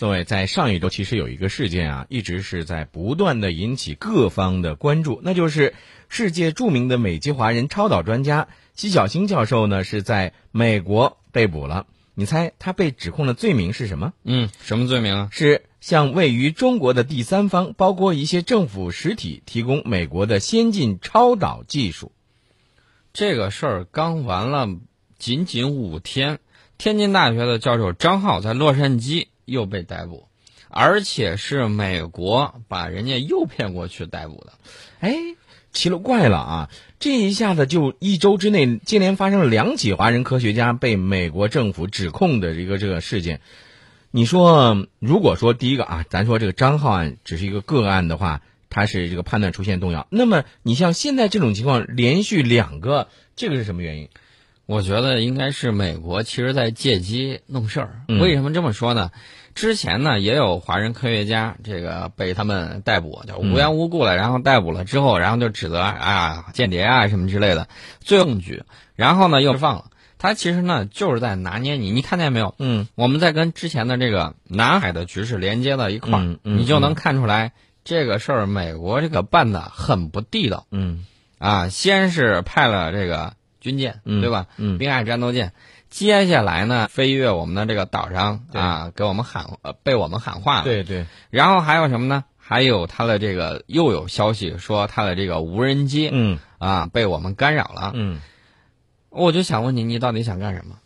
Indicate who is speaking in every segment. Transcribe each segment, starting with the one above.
Speaker 1: 各位，在上一周其实有一个事件啊，一直是在不断的引起各方的关注，那就是世界著名的美籍华人超导专家西小星教授呢是在美国被捕了。你猜他被指控的罪名是什么？
Speaker 2: 嗯，什么罪名啊？
Speaker 1: 是向位于中国的第三方，包括一些政府实体，提供美国的先进超导技术。
Speaker 2: 这个事儿刚完了，仅仅五天，天津大学的教授张浩在洛杉矶又被逮捕，而且是美国把人家诱骗过去逮捕的。
Speaker 1: 哎，奇了怪了啊！这一下子就一周之内接连发生了两起华人科学家被美国政府指控的一个这个事件。你说，如果说第一个啊，咱说这个张浩案只是一个个案的话，他是这个判断出现动摇。那么你像现在这种情况，连续两个，这个是什么原因？
Speaker 2: 我觉得应该是美国其实在借机弄事儿。
Speaker 1: 嗯
Speaker 2: 为什么这么说呢？之前呢也有华人科学家这个被他们逮捕，就
Speaker 1: 嗯
Speaker 2: 无缘无故的，然后逮捕了之后，然后就指责啊间谍啊什么之类的罪证据，然后呢又放了。他其实呢就是在拿捏你，你看见没有？
Speaker 1: 嗯，
Speaker 2: 我们在跟之前的这个南海的局势连接到一块儿，
Speaker 1: 嗯嗯
Speaker 2: 你就能看出来这个事儿美国这个办的很不地道。
Speaker 1: 嗯
Speaker 2: 啊，先是派了这个军舰，
Speaker 1: 嗯
Speaker 2: 对吧？
Speaker 1: 嗯
Speaker 2: 滨海战斗舰，接下来呢，飞越我们的这个岛上
Speaker 1: 对
Speaker 2: 啊，给我们喊呃，被我们喊话了。，
Speaker 1: 对对，
Speaker 2: 然后还有什么呢？还有他的这个又有消息说他的这个无人机、
Speaker 1: 嗯
Speaker 2: 啊被我们干扰了。
Speaker 1: 嗯。
Speaker 2: 我就想问你，你到底想干什么？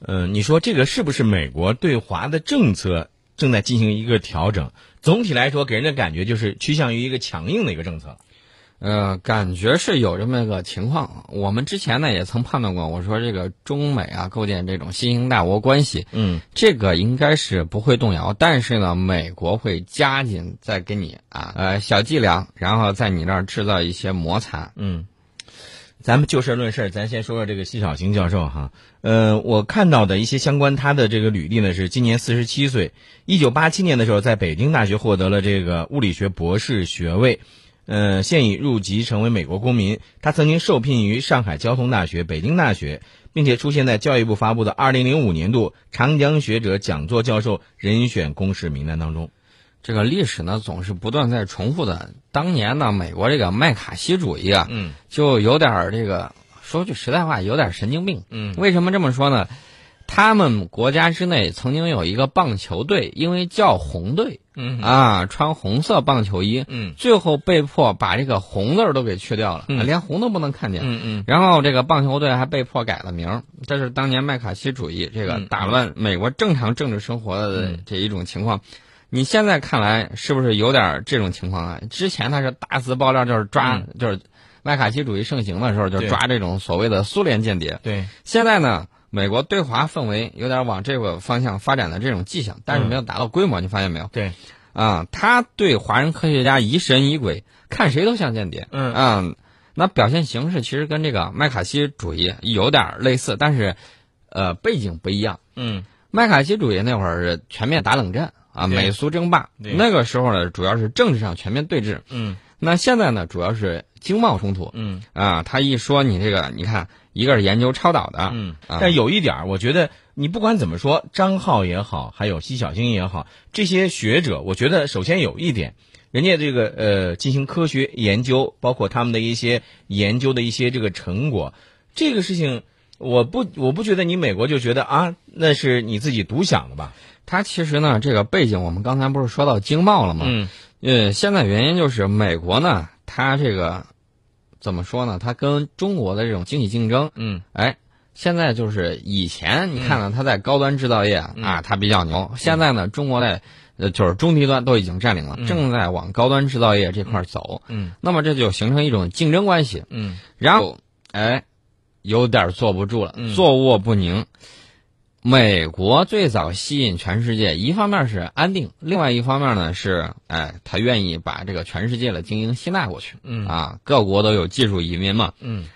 Speaker 1: 呃，你说这个是不是美国对华的政策正在进行一个调整？总体来说，给人的感觉就是趋向于一个强硬的一个政策。
Speaker 2: 呃，感觉是有这么个情况。我们之前呢也曾判断过，我说这个中美啊构建这种新型大国关系，
Speaker 1: 嗯
Speaker 2: 这个应该是不会动摇，但是呢，美国会加紧再给你啊，呃，小伎俩，然后在你那儿制造一些摩擦。
Speaker 1: 嗯，咱们就事论事，咱先说说这个西小星教授哈。呃，我看到的一些相关他的这个履历呢，是今年四十七岁，一九八七年的时候在北京大学获得了这个物理学博士学位。呃，现已入籍成为美国公民。他曾经受聘于上海交通大学、北京大学，并且出现在教育部发布的二零零五年度长江学者讲座教授人选公示名单当中。
Speaker 2: 这个历史呢，总是不断在重复的。当年呢，美国这个麦卡锡主义啊，
Speaker 1: 嗯
Speaker 2: 就有点儿这个，说句实在话，有点儿神经病。
Speaker 1: 嗯
Speaker 2: 为什么这么说呢？他们国家之内曾经有一个棒球队，因为叫红队
Speaker 1: 嗯
Speaker 2: 啊，穿红色棒球衣，
Speaker 1: 嗯
Speaker 2: 最后被迫把这个红字儿都给去掉了，
Speaker 1: 嗯
Speaker 2: 连红都不能看见。
Speaker 1: 嗯嗯
Speaker 2: 然后这个棒球队还被迫改了名儿，这是当年麦卡锡主义这个
Speaker 1: 嗯
Speaker 2: 打乱美国正常政治生活的这一种情况。你现在看来是不是有点这种情况啊？之前他是大肆爆料，就是抓，就是麦卡锡主义盛行的时候，就
Speaker 1: 嗯对
Speaker 2: 抓这种所谓的苏联间谍。
Speaker 1: 对
Speaker 2: 现在呢，美国对华氛围有点往这个方向发展的这种迹象，但是
Speaker 1: 嗯
Speaker 2: 没有达到规模，你发现没有？
Speaker 1: 对
Speaker 2: 啊，他对华人科学家疑神疑鬼，看谁都像间谍。
Speaker 1: 嗯
Speaker 2: 啊，那表现形式其实跟这个麦卡锡主义有点类似，但是，呃，背景不一样。
Speaker 1: 嗯
Speaker 2: 麦卡锡主义那会儿是全面打冷战啊，
Speaker 1: 对
Speaker 2: 美苏争霸，
Speaker 1: 对
Speaker 2: 那个时候呢，主要是政治上全面对峙。
Speaker 1: 嗯
Speaker 2: 那现在呢，主要是经贸冲突
Speaker 1: 嗯。
Speaker 2: 啊。他一说你这个，你看，一个是研究超导的，
Speaker 1: 嗯，
Speaker 2: 啊
Speaker 1: 但有一点儿，我觉得你不管怎么说，张浩也好，还有西小星也好，这些学者，我觉得首先有一点，人家这个呃进行科学研究，包括他们的一些研究的一些这个成果，这个事情，我不我不觉得你美国就觉得啊，那是你自己独享的吧？
Speaker 2: 他其实呢，这个背景我们刚才不是说到经贸了吗？
Speaker 1: 嗯
Speaker 2: 呃，现在原因就是美国呢，它这个怎么说呢？它跟中国的这种经济竞争，
Speaker 1: 嗯
Speaker 2: 哎，现在就是以前你看到它在高端制造业啊
Speaker 1: 嗯
Speaker 2: 啊，它比较牛。现在呢，中国在呃就是中低端都已经占领了，
Speaker 1: 嗯
Speaker 2: 正在往高端制造业这块儿走。
Speaker 1: 嗯
Speaker 2: 那么这就形成一种竞争关系，
Speaker 1: 嗯
Speaker 2: 然后哎，有点儿坐不住了
Speaker 1: 嗯，
Speaker 2: 坐卧不宁。美国最早吸引全世界，一方面是安定，另外一方面呢是，哎，他愿意把这个全世界的精英吸纳过去
Speaker 1: 嗯
Speaker 2: 啊。各国都有技术移民嘛，
Speaker 1: 嗯，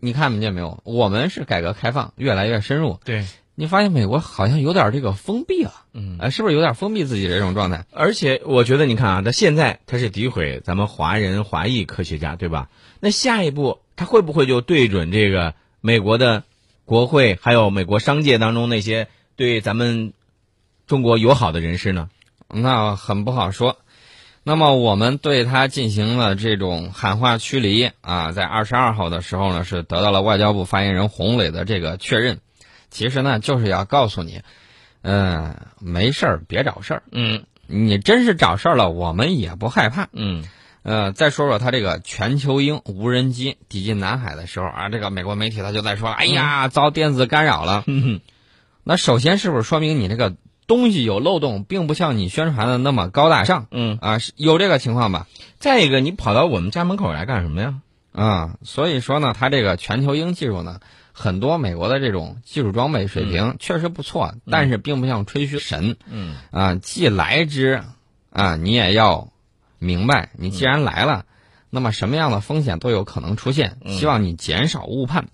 Speaker 2: 你看见没有？我们是改革开放越来越深入，
Speaker 1: 对，
Speaker 2: 你发现美国好像有点这个封闭了，
Speaker 1: 嗯。
Speaker 2: 哎，是不是有点封闭自己的这种状态？
Speaker 1: 而且我觉得，你看啊，他现在他是诋毁咱们华人华裔科学家，对吧？那下一步他会不会就对准这个美国的国会，还有美国商界当中那些对咱们中国友好的人士呢？
Speaker 2: 那很不好说。那么我们对他进行了这种喊话驱离啊，在二十二号的时候呢，是得到了外交部发言人洪磊的这个确认。其实呢，就是要告诉你，嗯、没事儿别找事儿，
Speaker 1: 嗯
Speaker 2: 你真是找事儿了，我们也不害怕。
Speaker 1: 嗯
Speaker 2: 呃，再说说他这个全球鹰无人机抵近南海的时候啊，这个美国媒体他就在说了，哎呀，遭电子干扰了。
Speaker 1: 嗯
Speaker 2: 那首先是不是说明你这个东西有漏洞，并不像你宣传的那么高大上
Speaker 1: 嗯。
Speaker 2: 啊？是有这个情况吧？
Speaker 1: 再一个，你跑到我们家门口来干什么呀？
Speaker 2: 啊、所以说呢，它这个全球鹰技术呢，很多美国的这种技术装备水平确实不错，但是并不像吹嘘神
Speaker 1: 嗯
Speaker 2: 啊、既来之啊，你也要明白，你既然来了，那么什么样的风险都有可能出现，希望你减少误判。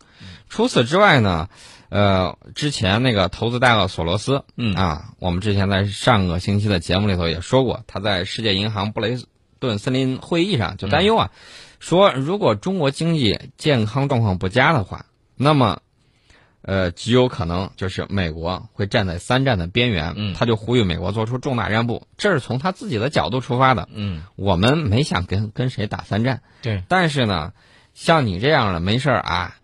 Speaker 2: 除此之外呢，呃，之前那个投资大鳄索罗斯，
Speaker 1: 嗯
Speaker 2: 啊，我们之前在上个星期的节目里头也说过，他在世界银行布雷顿森林会议上就担忧
Speaker 1: 嗯
Speaker 2: 啊，说如果中国经济健康状况不佳的话，那么。呃，极有可能就是美国会站在三战的边缘，
Speaker 1: 嗯
Speaker 2: 他就呼吁美国做出重大让步，这是从他自己的角度出发的。
Speaker 1: 嗯，
Speaker 2: 我们没想跟跟谁打三战，
Speaker 1: 对，
Speaker 2: 但是呢，像你这样的没事儿啊，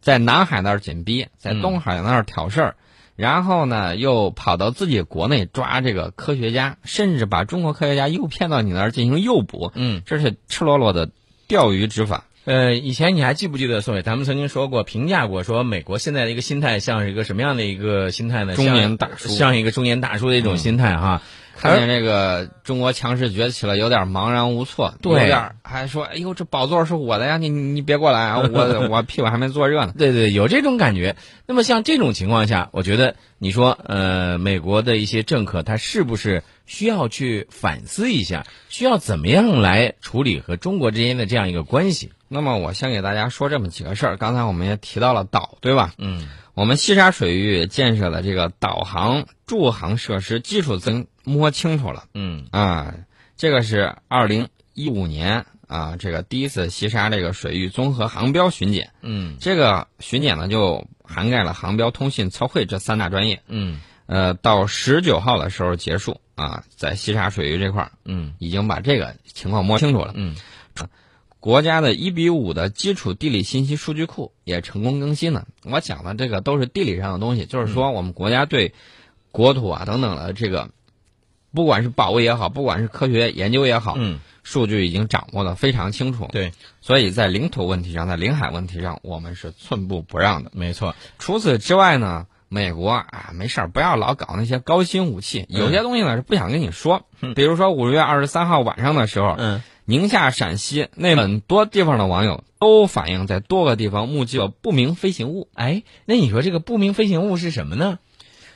Speaker 2: 在南海那儿紧逼，在东海那儿挑事儿，然后呢又跑到自己国内抓这个科学家，甚至把中国科学家诱骗到你那儿进行诱捕，
Speaker 1: 嗯，
Speaker 2: 这是赤裸裸的钓鱼执法。
Speaker 1: 呃，以前你还记不记得宋伟？咱们曾经说过，评价过说美国现在的一个心态像是一个什么样的一个心态呢？
Speaker 2: 中
Speaker 1: 像
Speaker 2: 年大叔
Speaker 1: 像一个中年大叔的一种心态哈。
Speaker 2: 看见这个中国强势崛起了，有点茫然无措，
Speaker 1: 对
Speaker 2: 有点还说：“哎呦，这宝座是我的呀，你你你别过来啊，我我屁股还没坐热呢。
Speaker 1: 对对，有这种感觉。那么像这种情况下，我觉得你说，呃，美国的一些政客他是不是需要去反思一下，需要怎么样来处理和中国之间的这样一个关系？”
Speaker 2: 那么我先给大家说这么几个事儿，刚才我们也提到了岛，对吧？
Speaker 1: 嗯
Speaker 2: 我们西沙水域建设的这个导航、驻航设施基础曾摸清楚了
Speaker 1: 嗯
Speaker 2: 啊，这个是二零一五年啊，这个第一次西沙这个水域综合航标巡检，
Speaker 1: 嗯
Speaker 2: 这个巡检呢就涵盖了航标、通信、测绘这三大专业，
Speaker 1: 嗯
Speaker 2: 呃，到十九号的时候结束啊，在西沙水域这块儿
Speaker 1: 嗯
Speaker 2: 已经把这个情况摸清楚了。
Speaker 1: 嗯
Speaker 2: 国家的一比五的基础地理信息数据库也成功更新了。我讲的这个都是地理上的东西，就
Speaker 1: 嗯
Speaker 2: 是说我们国家对国土啊等等的这个，不管是保卫也好，不管是科学研究也好，
Speaker 1: 嗯
Speaker 2: 数据已经掌握的非常清楚。
Speaker 1: 对，
Speaker 2: 所以在领土问题上，在领海问题上，我们是寸步不让的。
Speaker 1: 嗯没错。
Speaker 2: 除此之外呢，美国啊，没事儿，不要老搞那些高新武器，有
Speaker 1: 嗯
Speaker 2: 些东西呢是不想跟你说。比如说五月二十三号晚上的时候，
Speaker 1: 嗯
Speaker 2: 宁夏、陕西、内蒙多地方的网友都反映，在多个地方目击了不明飞行物。
Speaker 1: 哎，那你说这个不明飞行物是什么呢？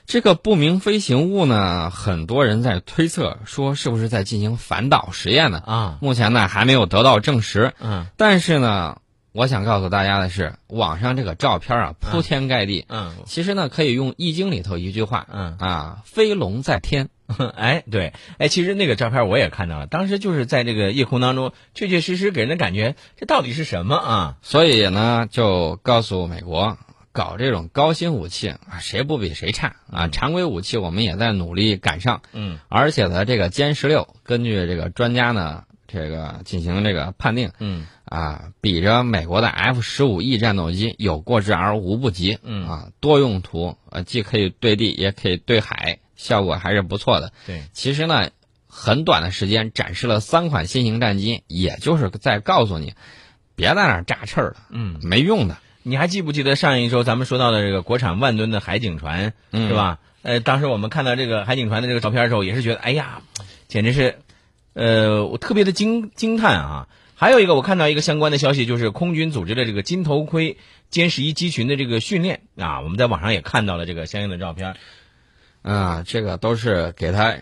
Speaker 2: 这个不明飞行物呢，很多人在推测说是不是在进行反导实验呢？
Speaker 1: 啊，
Speaker 2: 目前呢还没有得到证实。
Speaker 1: 嗯
Speaker 2: 但是呢，我想告诉大家的是，网上这个照片啊铺天盖地。
Speaker 1: 嗯
Speaker 2: 其实呢，可以用《易经》里头一句话
Speaker 1: 嗯，
Speaker 2: 啊：“飞龙在天。
Speaker 1: 哎，对，哎，其实那个照片我也看到了，当时就是在这个夜空当中，确确实实给人的感觉，这到底是什么啊”？
Speaker 2: 所以呢，就告诉美国，搞这种高新武器啊，谁不比谁差啊？常规武器我们也在努力赶上，
Speaker 1: 嗯
Speaker 2: 而且呢，这个歼十六，根据这个专家呢，这个进行这个判定
Speaker 1: 嗯
Speaker 2: 啊，比着美国的 F 十五 E 战斗机有过之而无不及。
Speaker 1: 嗯
Speaker 2: 啊，多用途啊，既可以对地，也可以对海，效果还是不错的。
Speaker 1: 对，
Speaker 2: 其实呢，很短的时间展示了三款新型战机，也就是在告诉你，别在那儿炸气儿了，
Speaker 1: 嗯，
Speaker 2: 没用的。
Speaker 1: 你还记不记得上一周咱们说到的这个国产万吨的海警船、
Speaker 2: 嗯
Speaker 1: 是吧？呃，当时我们看到这个海警船的这个照片的时候，也是觉得，哎呀，简直是，呃，我特别的惊惊叹啊！还有一个，我看到一个相关的消息，就是空军组织的这个金头盔歼十一机群的这个训练啊，我们在网上也看到了这个相应的照片
Speaker 2: 啊，这个都是给他，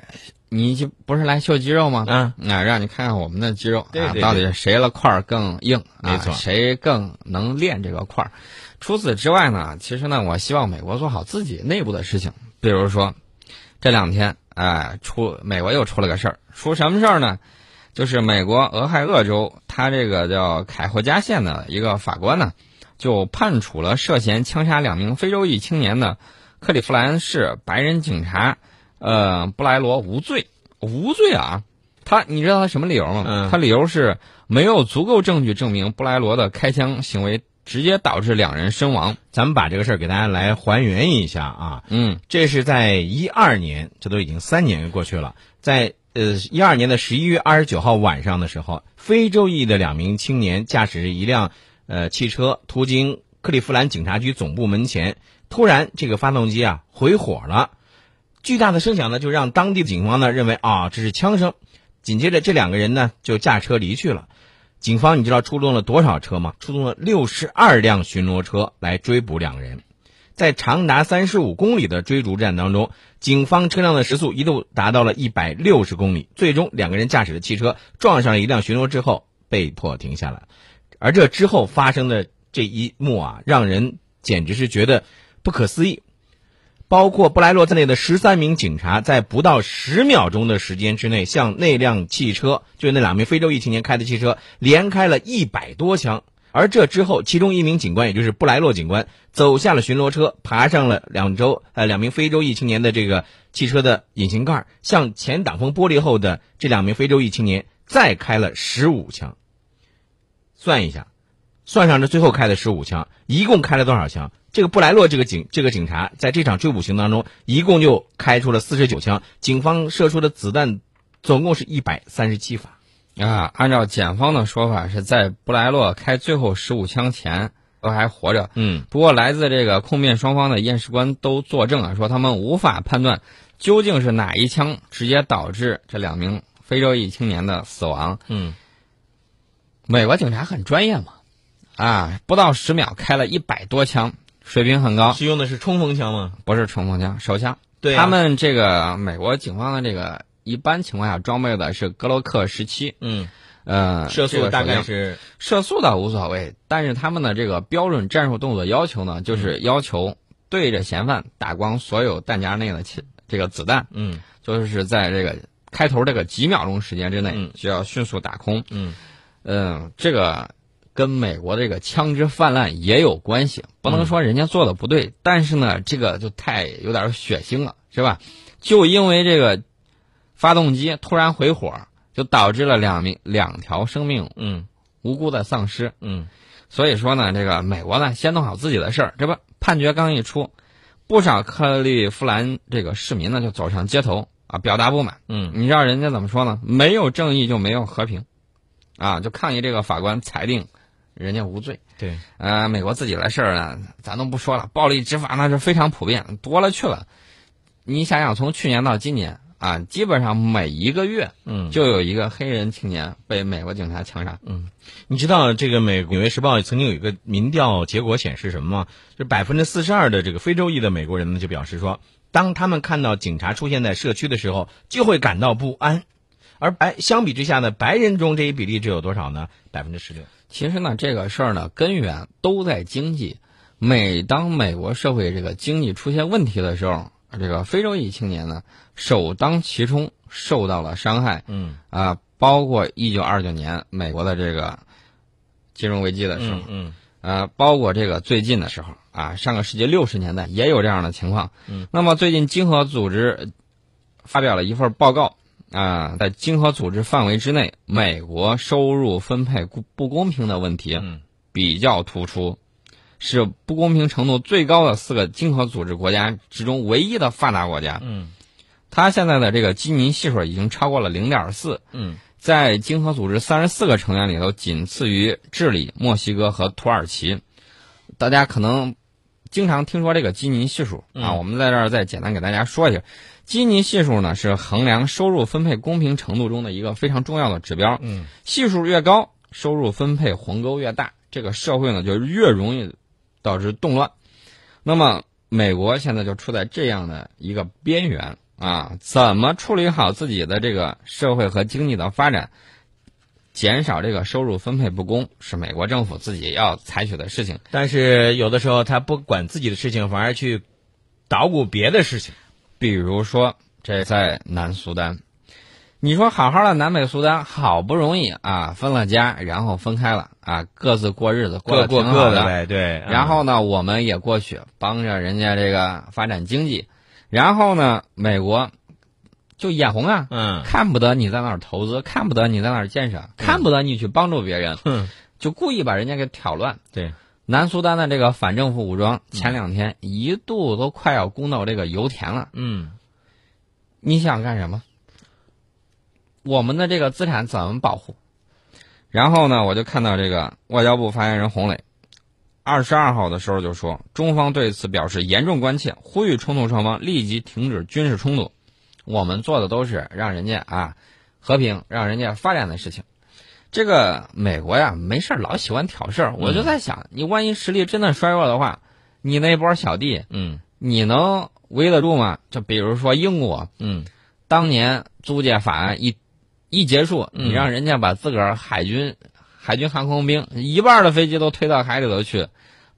Speaker 2: 你就不是来秀肌肉吗？
Speaker 1: 啊，
Speaker 2: 啊，让你看看我们的肌肉
Speaker 1: 对对对
Speaker 2: 啊，到底是谁的块儿更硬？啊
Speaker 1: 没错
Speaker 2: 谁更能练这个块儿？除此之外呢，其实呢，我希望美国做好自己内部的事情，比如说，这两天哎、出美国又出了个事儿，出什么事儿呢？就是美国俄亥俄州，他这个叫凯霍加县的一个法官呢，就判处了涉嫌枪杀两名非洲裔青年的克利夫兰市白人警察呃，布莱罗无罪，无罪啊！他你知道他什么理由吗？
Speaker 1: 嗯
Speaker 2: 他理由是没有足够证据证明布莱罗的开枪行为直接导致两人身亡。
Speaker 1: 咱们把这个事儿给大家来还原一下啊。
Speaker 2: 嗯，
Speaker 1: 这是在一二年，这都已经三年过去了，在呃一二年的十一月二十九号晚上的时候，非洲裔的两名青年驾驶一辆呃汽车途经克利夫兰警察局总部门前，突然这个发动机啊回火了，巨大的声响呢就让当地警方呢认为啊、这是枪声，紧接着这两个人呢就驾车离去了。警方你知道出动了多少车吗？出动了六十二辆巡逻车来追捕两人。在长达三十五公里的追逐战当中，警方车辆的时速一度达到了一百六十公里，最终两个人驾驶的汽车撞上了一辆巡逻之后被迫停下来。而这之后发生的这一幕啊，让人简直是觉得不可思议。包括布莱洛在内的十三名警察，在不到十秒钟的时间之内，向那辆汽车，就是那两名非洲裔青年开的汽车，连开了一百多枪。而这之后，其中一名警官，也就是布莱洛警官，走下了巡逻车，爬上了两周呃两名非洲裔青年的这个汽车的引擎盖，向前挡风玻璃后的这两名非洲裔青年再开了十五枪。算一下，算上这最后开的十五枪，一共开了多少枪？这个布莱洛这个警这个警察在这场追捕行当中，一共就开出了四十九枪，警方射出的子弹总共是一百三十七发。
Speaker 2: 啊，按照检方的说法，是在布莱洛开最后十五枪前都还活着。
Speaker 1: 嗯，
Speaker 2: 不过，来自这个控辩双方的验尸官都作证啊，说他们无法判断究竟是哪一枪直接导致这两名非洲裔青年的死亡。
Speaker 1: 嗯，
Speaker 2: 美国警察很专业嘛，啊，不到十秒开了一百多枪，水平很高，
Speaker 1: 是用的是冲锋枪吗？
Speaker 2: 不是冲锋枪，手枪。
Speaker 1: 对啊
Speaker 2: 他们这个美国警方的这个一般情况下装备的是格洛克十七，
Speaker 1: 嗯，
Speaker 2: 呃，
Speaker 1: 射
Speaker 2: 这
Speaker 1: 速
Speaker 2: 个
Speaker 1: 大
Speaker 2: 手枪
Speaker 1: 概是
Speaker 2: 射速倒无所谓，但是他们的这个标准战术动作要求呢，就是要求对着嫌犯打光所有弹夹内的气这个子弹，
Speaker 1: 嗯
Speaker 2: 就是在这个开头这个几秒钟时间之内
Speaker 1: 嗯
Speaker 2: 就要迅速打空。
Speaker 1: 嗯
Speaker 2: 嗯，这个跟美国这个枪支泛滥也有关系，不能说人家做的不对，但是呢，这个就太有点血腥了，是吧？就因为这个发动机突然回火，就导致了两名两条生命
Speaker 1: 嗯
Speaker 2: 无辜的丧失。
Speaker 1: 嗯
Speaker 2: 所以说呢，这个美国呢，先弄好自己的事儿。这不，判决刚一出，不少克利夫兰这个市民呢就走上街头啊，表达不满。
Speaker 1: 嗯
Speaker 2: 你知道人家怎么说呢？没有正义就没有和平，啊，就抗议这个法官裁定人家无罪。
Speaker 1: 对，
Speaker 2: 呃，美国自己的事儿呢，咱都不说了，暴力执法那是非常普遍，多了去了。你想想，从去年到今年啊，基本上每一个月
Speaker 1: 嗯，
Speaker 2: 就有一个黑人青年被美国警察枪杀。
Speaker 1: 你知道这个美《纽约时报》曾经有一个民调结果显示什么吗？就百分之四十二的这个非洲裔的美国人呢，就表示说，当他们看到警察出现在社区的时候，就会感到不安。而白相比之下呢，白人中这一比例只有多少呢？百分之十六。
Speaker 2: 其实呢，这个事儿呢，根源都在经济。每当美国社会这个经济出现问题的时候，啊这个非洲裔青年呢，首当其冲受到了伤害
Speaker 1: 嗯
Speaker 2: 啊、包括一九二九年美国的这个金融危机的时候，
Speaker 1: 嗯嗯
Speaker 2: 呃，包括这个最近的时候啊，上个世纪六十年代也有这样的情况。
Speaker 1: 嗯，
Speaker 2: 那么最近经合组织发表了一份报告啊、在经合组织范围之内，美国收入分配不不公平的问题
Speaker 1: 嗯
Speaker 2: 比较突出，是不公平程度最高的四个经合组织国家之中唯一的发达国家。
Speaker 1: 嗯
Speaker 2: 它现在的这个基尼系数已经超过了零点四，
Speaker 1: 嗯
Speaker 2: 在经合组织三十四个成员里头，仅次于智利、墨西哥和土耳其。大家可能经常听说这个基尼系数啊，
Speaker 1: 嗯
Speaker 2: 我们在这儿再简单给大家说一下。基尼系数呢是衡量收入分配公平程度中的一个非常重要的指标，
Speaker 1: 嗯
Speaker 2: 系数越高，收入分配鸿沟越大，这个社会呢就越容易导致动乱。那么美国现在就处在这样的一个边缘啊，怎么处理好自己的这个社会和经济的发展，减少这个收入分配不公，是美国政府自己要采取的事情。
Speaker 1: 但是有的时候他不管自己的事情，反而去捣鼓别的事情。
Speaker 2: 比如说，这在南苏丹，你说好好的南北苏丹好不容易啊分了家，然后分开了啊，各自过日子，
Speaker 1: 各
Speaker 2: 得
Speaker 1: 过
Speaker 2: 挺好
Speaker 1: 各
Speaker 2: 的
Speaker 1: 的呗，对。嗯
Speaker 2: 然后呢，我们也过去帮着人家这个发展经济。然后呢，美国就眼红啊，
Speaker 1: 嗯
Speaker 2: 看不得你在哪儿投资，看不得你在哪儿建设，看不得你去帮助别人，
Speaker 1: 哼，
Speaker 2: 就故意把人家给挑乱。
Speaker 1: 对，
Speaker 2: 南苏丹的这个反政府武装前两天一度都快要攻到这个油田了，
Speaker 1: 嗯
Speaker 2: 你想干什么？我们的这个资产怎么保护？然后呢，我就看到这个外交部发言人洪磊，二十二号的时候就说，中方对此表示严重关切，呼吁冲突双方立即停止军事冲突。我们做的都是让人家啊和平，让人家发展的事情。这个美国呀，没事儿老喜欢挑事儿，我就在想，你万一实力真的衰弱的话，你那波小弟
Speaker 1: 嗯
Speaker 2: 你能围得住吗？就比如说英国，
Speaker 1: 嗯
Speaker 2: 当年租借法案一一结束，
Speaker 1: 嗯
Speaker 2: 你让人家把自个儿海军海军航空兵一半的飞机都推到海里头去，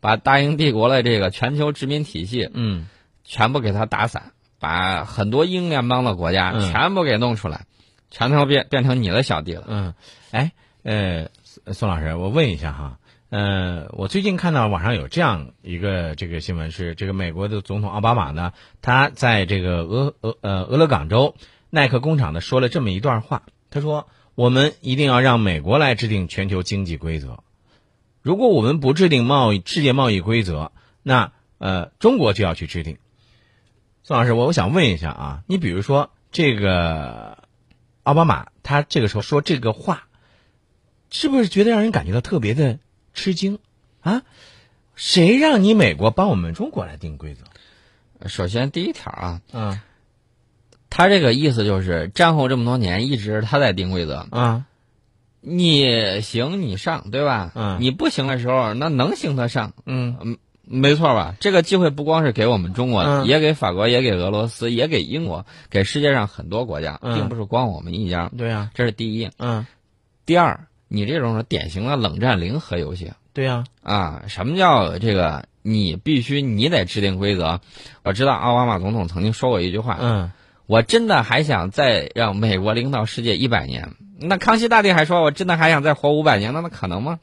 Speaker 2: 把大英帝国的这个全球殖民体系
Speaker 1: 嗯
Speaker 2: 全部给它打散，把很多英联邦的国家
Speaker 1: 嗯
Speaker 2: 全部给弄出来，全都变变成你的小弟了。
Speaker 1: 嗯，哎呃，宋宋老师，我问一下哈。呃，我最近看到网上有这样一个这个新闻是，这个美国的总统奥巴马呢，他在这个俄俄呃俄勒冈州耐克工厂呢说了这么一段话，他说：“我们一定要让美国来制定全球经济规则，如果我们不制定贸易世界贸易规则，那呃中国就要去制定。”宋老师，我我想问一下啊，你比如说这个奥巴马他这个时候说这个话，是不是觉得让人感觉到特别的吃惊啊？谁让你美国帮我们中国来定规则？
Speaker 2: 首先第一条啊，
Speaker 1: 嗯
Speaker 2: 他这个意思就是战后这么多年一直他在定规则，
Speaker 1: 啊
Speaker 2: 你行你上对吧？
Speaker 1: 嗯
Speaker 2: 你不行的时候，那能行得上。
Speaker 1: 嗯
Speaker 2: 没错吧？这个机会不光是给我们中国的，
Speaker 1: 嗯
Speaker 2: 也给法国，也给俄罗斯，也给英国，给世界上很多国家，
Speaker 1: 嗯
Speaker 2: 并不是光我们一家。
Speaker 1: 对呀、
Speaker 2: 这是第一。
Speaker 1: 嗯
Speaker 2: 第二，你这种是典型的冷战零和游戏
Speaker 1: 对呀、
Speaker 2: 啊！什么叫这个？你必须你得制定规则。我知道奥巴马总统曾经说过一句话，
Speaker 1: 嗯
Speaker 2: 我真的还想再让美国领导世界一百年。那康熙大帝还说，我真的还想再活五百年，那那可能吗？